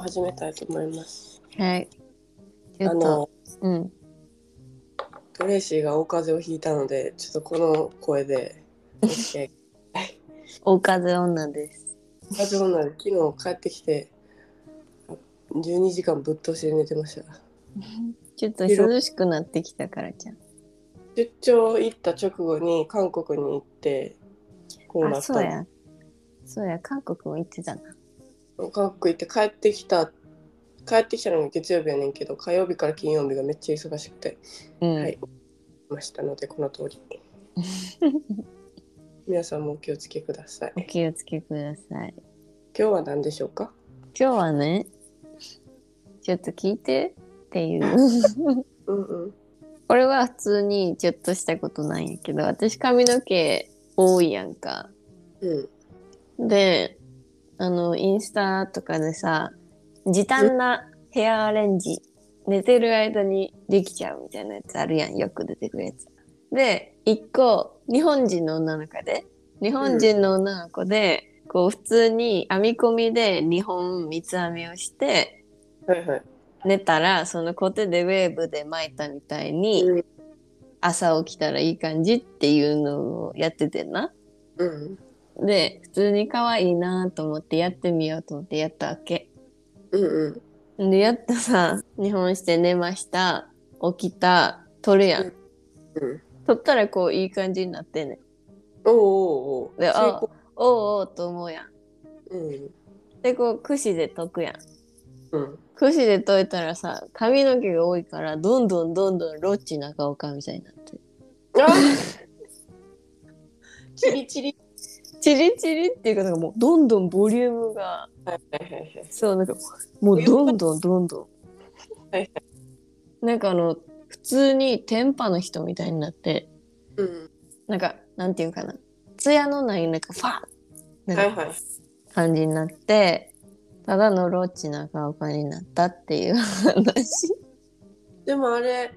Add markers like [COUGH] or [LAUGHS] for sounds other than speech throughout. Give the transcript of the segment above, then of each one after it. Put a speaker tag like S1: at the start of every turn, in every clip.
S1: 始めたいと思います。
S2: はい。ち
S1: あ
S2: ょっと、
S1: の
S2: うん。
S1: グレイシーが大風邪をひいたのでちょっとこの声でお付き合い
S2: 大風女です。
S1: 大 [LAUGHS] 風邪なので昨日帰ってきて12時間ぶっ通しで寝てました。
S2: ちょっと涼しくなってきたからじゃん。
S1: 出張行った直後に韓国に行ってこうな
S2: あ、
S1: った
S2: そ
S1: の
S2: うや。そうや、韓国も行ってたな。
S1: 韓国行って帰ってきた帰ってきたのが月曜日やねんけど火曜日から金曜日がめっちゃ忙しくて
S2: うん。
S1: はいましたのでこの
S2: [LAUGHS]
S1: 通り皆さんもお気をつけください
S2: お気をつけください。
S1: 今日は何でしょうか
S2: 今日はね、ちょっと聞いてって
S1: [LAUGHS]
S2: いう。
S1: うんうん
S2: これは普通にちょっとしたことなんやけど、私髪の毛多いやんか。
S1: うん
S2: で、あの、インスタとかでさ、時短なヘアアレンジ、寝てる間にできちゃうみたいなやつあるやん、よく出てくるやつ。で、一個、日本人の女の子で、日本人の女の子で、こう、普通に編み込みで2本三つ編みをして、
S1: はいはい
S2: 寝たら、そのコテでウェーブで巻いたみたいに、
S1: うん
S2: 朝起きたらいい感じっていうのをやっててんな。
S1: うん
S2: で普通に可愛いなと思ってやってみようと思ってやったわけ
S1: うんうん
S2: でやったさ日本して寝ました起きた撮るや
S1: うん
S2: ん
S1: うん
S2: 撮ったらこういい感じになってんねん
S1: おうおうおう
S2: で
S1: 成功
S2: おうおうと思うやん
S1: うん
S2: でこう櫛で解くやん
S1: うん
S2: 櫛で解いたらさ髪の毛が多いからどんどんどんどんロッチ中岡みたいになって
S1: あチリチリ
S2: チリチリっていうかなんかもうどんどんボリュームが
S1: はいはいはい
S2: そうなんかもうどんどんどんど
S1: はいはい
S2: んなんかあの普通に天パの人みたいになって
S1: うん
S2: なんか、なんていうかな。ツヤのない、なんか、ファー
S1: は
S2: ないんか
S1: はい
S2: 感じになって、ただのロッチな顔になったっていう話。
S1: でもあれ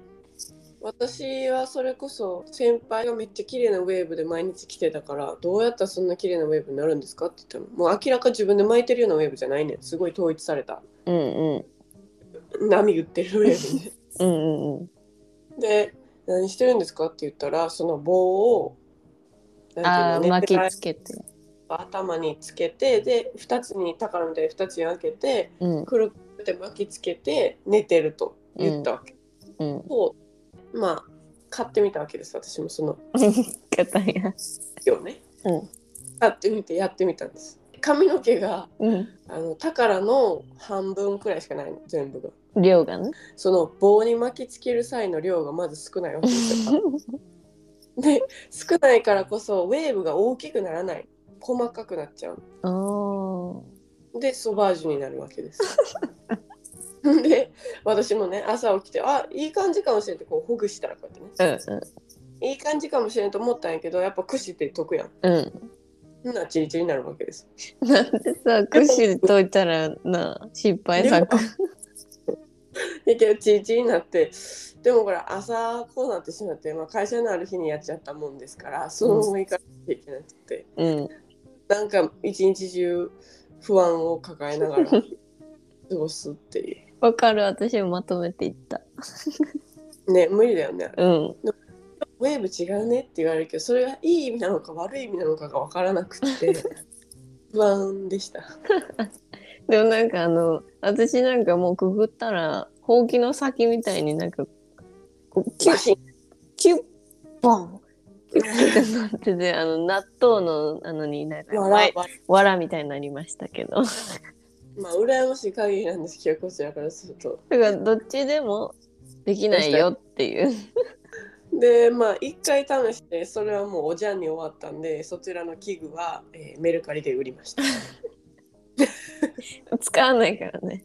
S1: 私はそれこそ先輩がめっちゃ綺麗なウェーブで毎日来てたからどうやったらそんな綺麗なウェーブになるんですかって言ったのもう明らか自分で巻いてるようなウェーブじゃないねんすごい統一された
S2: うんうん。
S1: 波打ってるウェーブね
S2: うんうんうん。
S1: で何してるんですかって言ったらその棒を
S2: あ
S1: な
S2: あ
S1: ん
S2: ー、
S1: ていうの寝て
S2: 巻
S1: る
S2: きつけて。
S1: 頭につけてで2つに宝みたいに2つに分けて
S2: うん
S1: くるって巻きつけて寝てると言ったわけ、
S2: うん。
S1: をまあ買ってみたわけです私もその
S2: 方や。
S1: をね、
S2: うん
S1: やってみてやってみたんです髪の毛が
S2: うん。
S1: あの宝の半分くらいしかないの全部が
S2: 量がね。
S1: その棒に巻きつける際の量がまず少ないわけです
S2: [LAUGHS]
S1: よで少ないからこそウェーブが大きくならない細かくなっちゃう
S2: ああ。
S1: でソバージュになるわけです [LAUGHS] で私もね朝起きてあいい感じかもしれんってこうほぐしたらこうやってね
S2: うん
S1: いい感じかもしれんと思ったんやけどやっぱ櫛って得やん
S2: うん。
S1: ほんならチリチリになるわけです
S2: うん。なんでさ、クッシーで解いたらな、失敗作。
S1: [LAUGHS] でけどチリチリになってでもこれ朝こうなってしまって、まあ、会社のある日にやっちゃったもんですからそのまま行かなきゃいけなくて、
S2: うん。
S1: なんか一日中不安を抱えながら過ごすってい
S2: わかる、私もまとめていった。
S1: うね無理だよね
S2: うん。
S1: ウェーブ違うねって言われるけどそれがいい意味なのか悪い意味なのかが分からなくて不安でした
S2: でもなんかあの私なんかもうくぐったらほうきの先みたいになんかこうキュ
S1: マ
S2: ッ
S1: シン
S2: キュッボンキュッってなっててあの納豆のあのになんかわ
S1: 笑
S2: らわらみたいになりましたけどだか
S1: うまあ羨ましい限りなんですけどこちらからすると
S2: らどっちでもできないよっていう
S1: でまあ一回試してそれはもうおじゃんに終わったんでそちらの器具は、えーメルカリで売りました
S2: [LAUGHS] 使わないからね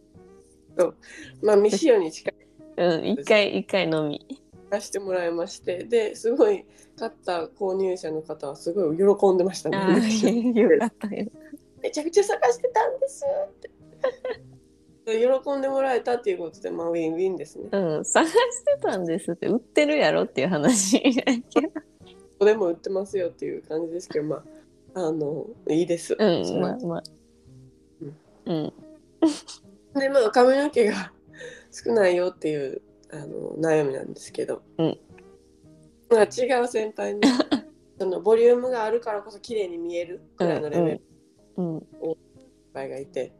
S1: まあ未使用に近
S2: うん一回一回のみ
S1: 出してもらいましてですごい買った購入者の方はすごい喜んでました
S2: あ
S1: ね
S2: あよかったよ
S1: めちゃくちゃ探してたんですってで喜んでもらえたっていうことでまあウィンウィンですね
S2: うん探してたんですって売ってるやろっていう話やけど
S1: ここでも売ってますよっていう感じですけどまああのいいです、
S2: う
S1: それ
S2: んま
S1: は
S2: あまあうん
S1: でまあ髪の毛が [LAUGHS] 少ないよっていうあの悩みなんですけど、
S2: うん
S1: まあ違う先輩にそのボリュームがあるからこそ綺麗に見えるくらいのレベルの
S2: うん。うん
S1: 先輩がいて、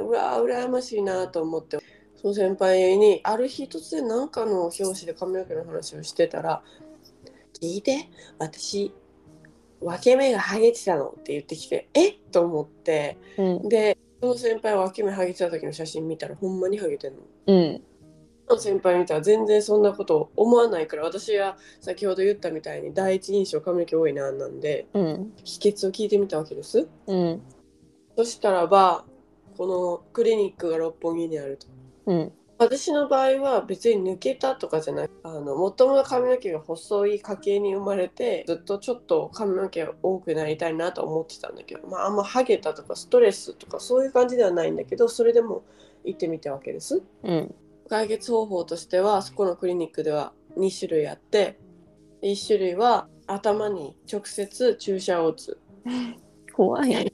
S1: うわー羨ましいなと思ってその先輩にある日突然何かの表紙で髪の毛の話をしてたら「聞いて私分け目がハゲてたの」って言ってきて「えっ?」と思って。
S2: うん。
S1: でその先輩は脇目ハゲてた時の写真見たらほんまにハゲてんの。
S2: うん。
S1: その先輩見たら全然そんなこと思わないから私が先ほど言ったみたいに第一印象髪の毛多いななんで
S2: うん。
S1: 秘訣を聞いてみたわけです。
S2: うん。
S1: そしたらばこのクリニックが六本木にあると。
S2: うん。
S1: 私の場合は別に抜けたとかじゃないあのもともと髪の毛が細い家系に生まれてずっとちょっと髪の毛が多くなりたいなと思ってたんだけど、まあ、あんまハゲたとかストレスとかそういう感じではないんだけどそれでも行ってみたわけです
S2: うん。
S1: 解決方法としてはそこのクリニックでは2種類あって1種類は頭に直接注射を打つ
S2: 怖い。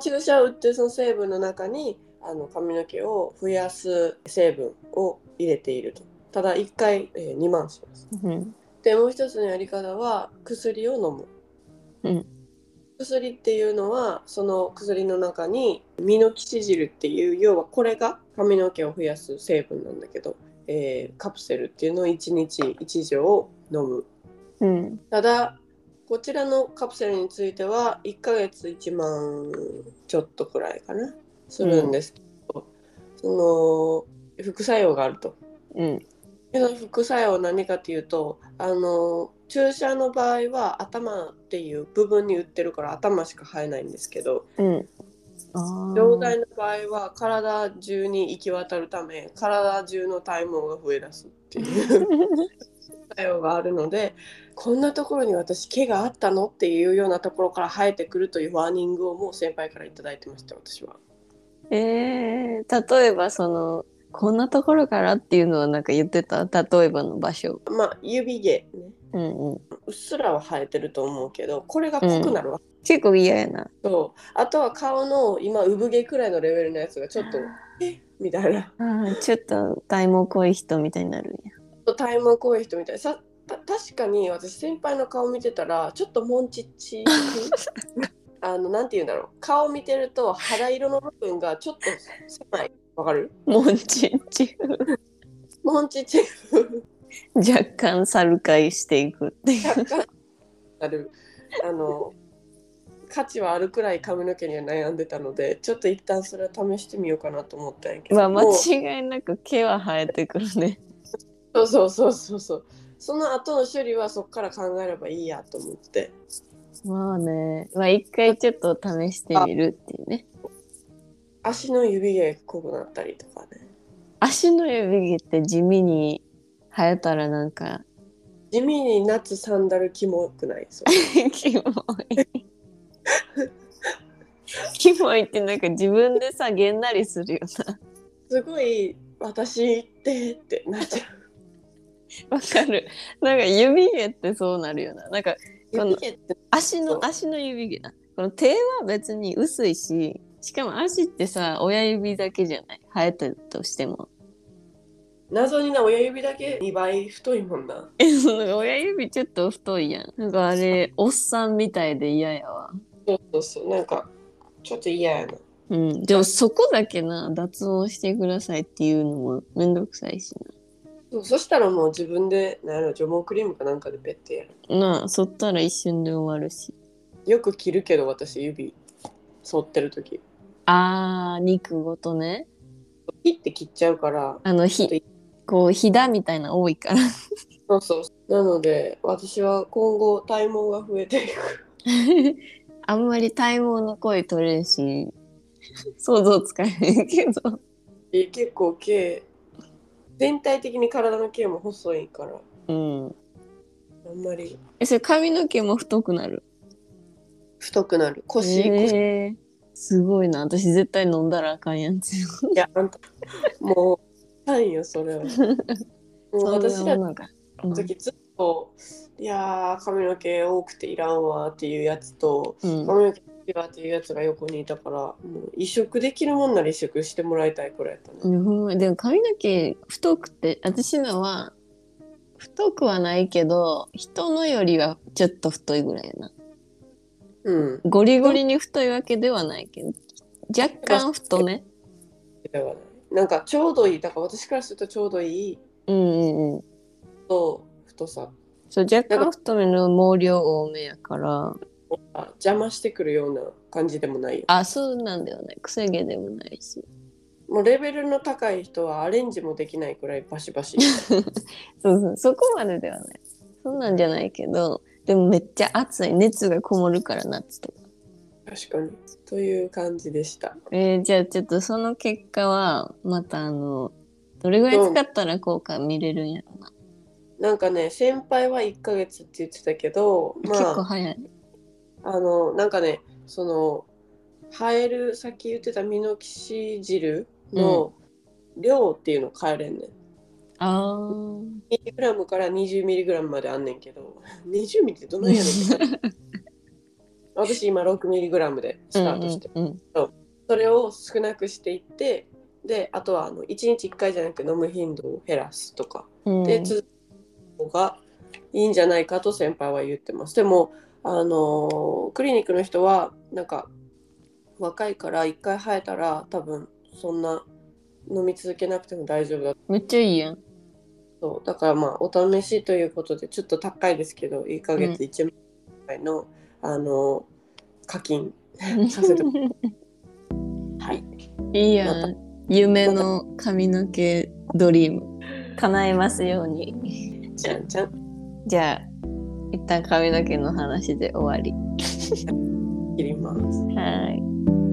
S1: 注射を打ってその成分の中にあの髪の毛を増やす成分を入れているとただ1回、え2万します
S2: うん。
S1: でもう一つのやり方は薬を飲む、
S2: うん
S1: 薬っていうのはその薬の中にミノキシジルっていう要はこれが髪の毛を増やす成分なんだけど、えーカプセルっていうのを1日1錠飲む
S2: うん。
S1: ただこちらのカプセルについては1ヶ月1万ちょっとくらいかなするんですけど、その副作用があると。
S2: うん。
S1: でその副作用は何かっていうとあの注射の場合は頭っていう部分に打ってるから頭しか生えないんですけど
S2: うん。ああ。
S1: 状態の場合は体中に行き渡るため体中の体毛が増え出すっていう。作用があるのでこんなところに私毛があったのっていうようなところから生えてくるというワーニングをもう先輩から頂いただいてました私は。
S2: えー、例えばそのこんなところからっていうのはなんか言ってた例えばの場所。
S1: まあ指毛ね
S2: うんうん、
S1: うっすらは生えてると思うけどこれが濃くなるわ、
S2: 結構嫌やな。
S1: そうあとは顔の今産毛くらいのレベルのやつがちょっとえみたいな
S2: あーちょっと体毛濃い人みたいになるんや。
S1: 体毛濃い人みたいさた確かに私先輩の顔見てたらちょっとモンチッ
S2: [LAUGHS]
S1: チあのなんて言うんだろう顔見てると肌色の部分がちょっと狭いわかる
S2: もんちんち
S1: モンチッチ風
S2: 若干猿化していくっていう。
S1: あるあの価値はあるくらい髪の毛には悩んでたのでちょっと一旦それは試してみようかなと思ったんやけど、
S2: まあ間
S1: もう
S2: 違いなく毛は生えてくるね。
S1: そうそうそうそうそうその後の処理はそこから考えればいいやと思って
S2: まあね。まあ一回ちょっと試してみるっていうね。
S1: 足の指毛が濃くなったりとかね
S2: 足の指毛って地味に生えたらなんか
S1: 地味に夏サンダルキモくないそ
S2: キモい。
S1: [LAUGHS]
S2: キモいってなんか自分でさげんなりするよな。
S1: うすごい私ってってなっちゃ
S2: わかる。なんか指毛ってそうなるよな。なんか
S1: う [LAUGHS]
S2: この
S1: 指毛って
S2: 足
S1: そう
S2: の足の指毛な。この手は別に薄いし、しかも足ってさ親指だけじゃない。生えてるとしても。
S1: 謎にな親指だけ2倍太いもんな
S2: え、その親指ちょっと太いやん。なんかあれおっさんみたいで嫌やわ。
S1: そうそうそうなんかちょっと嫌やな
S2: うん。でもそこだけな脱毛してくださいっていうのもめんどくさいし
S1: そうそしたらもう自分でなんやろ除毛クリームかなんかでペッてやる
S2: な。なあ、剃ったら一瞬で終わるし。
S1: よく切るけど私指剃ってる時
S2: あー肉ごとね
S1: ピッて切っちゃうから
S2: あのひこうひだみたいな多いから [LAUGHS]
S1: そうそうなので私は今後体毛が増えていく
S2: あんまり体毛の声取れるし想像つかへんけど
S1: え結構毛全体的に体の毛も細いから
S2: うん
S1: あんまり
S2: えそれ髪の毛も太くなる
S1: 太くなる腰、腰い
S2: へーすごいな私絶対飲んだらあかんやんつ
S1: やあんたもう単よそ
S2: [LAUGHS]
S1: れはもう私ら
S2: そんなものが
S1: の時ずっと「いやー髪の毛多くていらんわ」っていうやつと
S2: うんうん
S1: 髪の毛キラーっていうやつが横にいたからもう移植できるもんなら移植してもらいたいくらいやったね、
S2: うんでも髪の毛太くて私のは太くはないけど人のよりはちょっと太いぐらいやな
S1: うん
S2: ゴリゴリに太いわけではないけど若干太め
S1: ではないなんかちょうどいいだから私からするとちょうどいい
S2: うんうんうん
S1: と太さ
S2: そう若干太めの毛量多めやから
S1: あ邪魔してくるような感じでもないよ
S2: あそうなんではないくせ毛でもないし
S1: もうレベルの高い人はアレンジもできないくらいバシバシ
S2: そうそうそこまでではないそんなんじゃないけどでもめっちゃ暑い熱がこもるから夏とか
S1: 確かにという感じでした
S2: えー、じゃあちょっとその結果はまたあのどれぐらい使ったら効果見れるんやろな、
S1: なんかね先輩は1ヶ月って言ってたけどま
S2: 結構
S1: あ
S2: 早い
S1: あのなんかねその生えるさっき言ってたミノキシジルの量っていうの変えれんねん
S2: あー
S1: 1g から 20mg まであんねんけど [LAUGHS] 20mg ってどないやねんけど
S2: [LAUGHS]
S1: 私今 6mg でスタートして、
S2: うんうん
S1: それを少なくしていってであとはあの1日1回じゃなくて飲む頻度を減らすとか
S2: うん
S1: で続く方がいいんじゃないかと先輩は言ってますでもあのークリニックの人はなんか若いから1回生えたら多分そんな飲み続けなくても大丈夫だ
S2: めっちゃいいやん
S1: そうだからまあお試しということでちょっと高いですけど1ヶ月1万円ぐらいの、あの課金させて
S2: [LAUGHS]
S1: はい
S2: いいやん夢の髪の毛ドリーム叶えますように
S1: じゃんじゃん
S2: じゃあ一旦髪の毛の話で終わり
S1: 切ります
S2: はい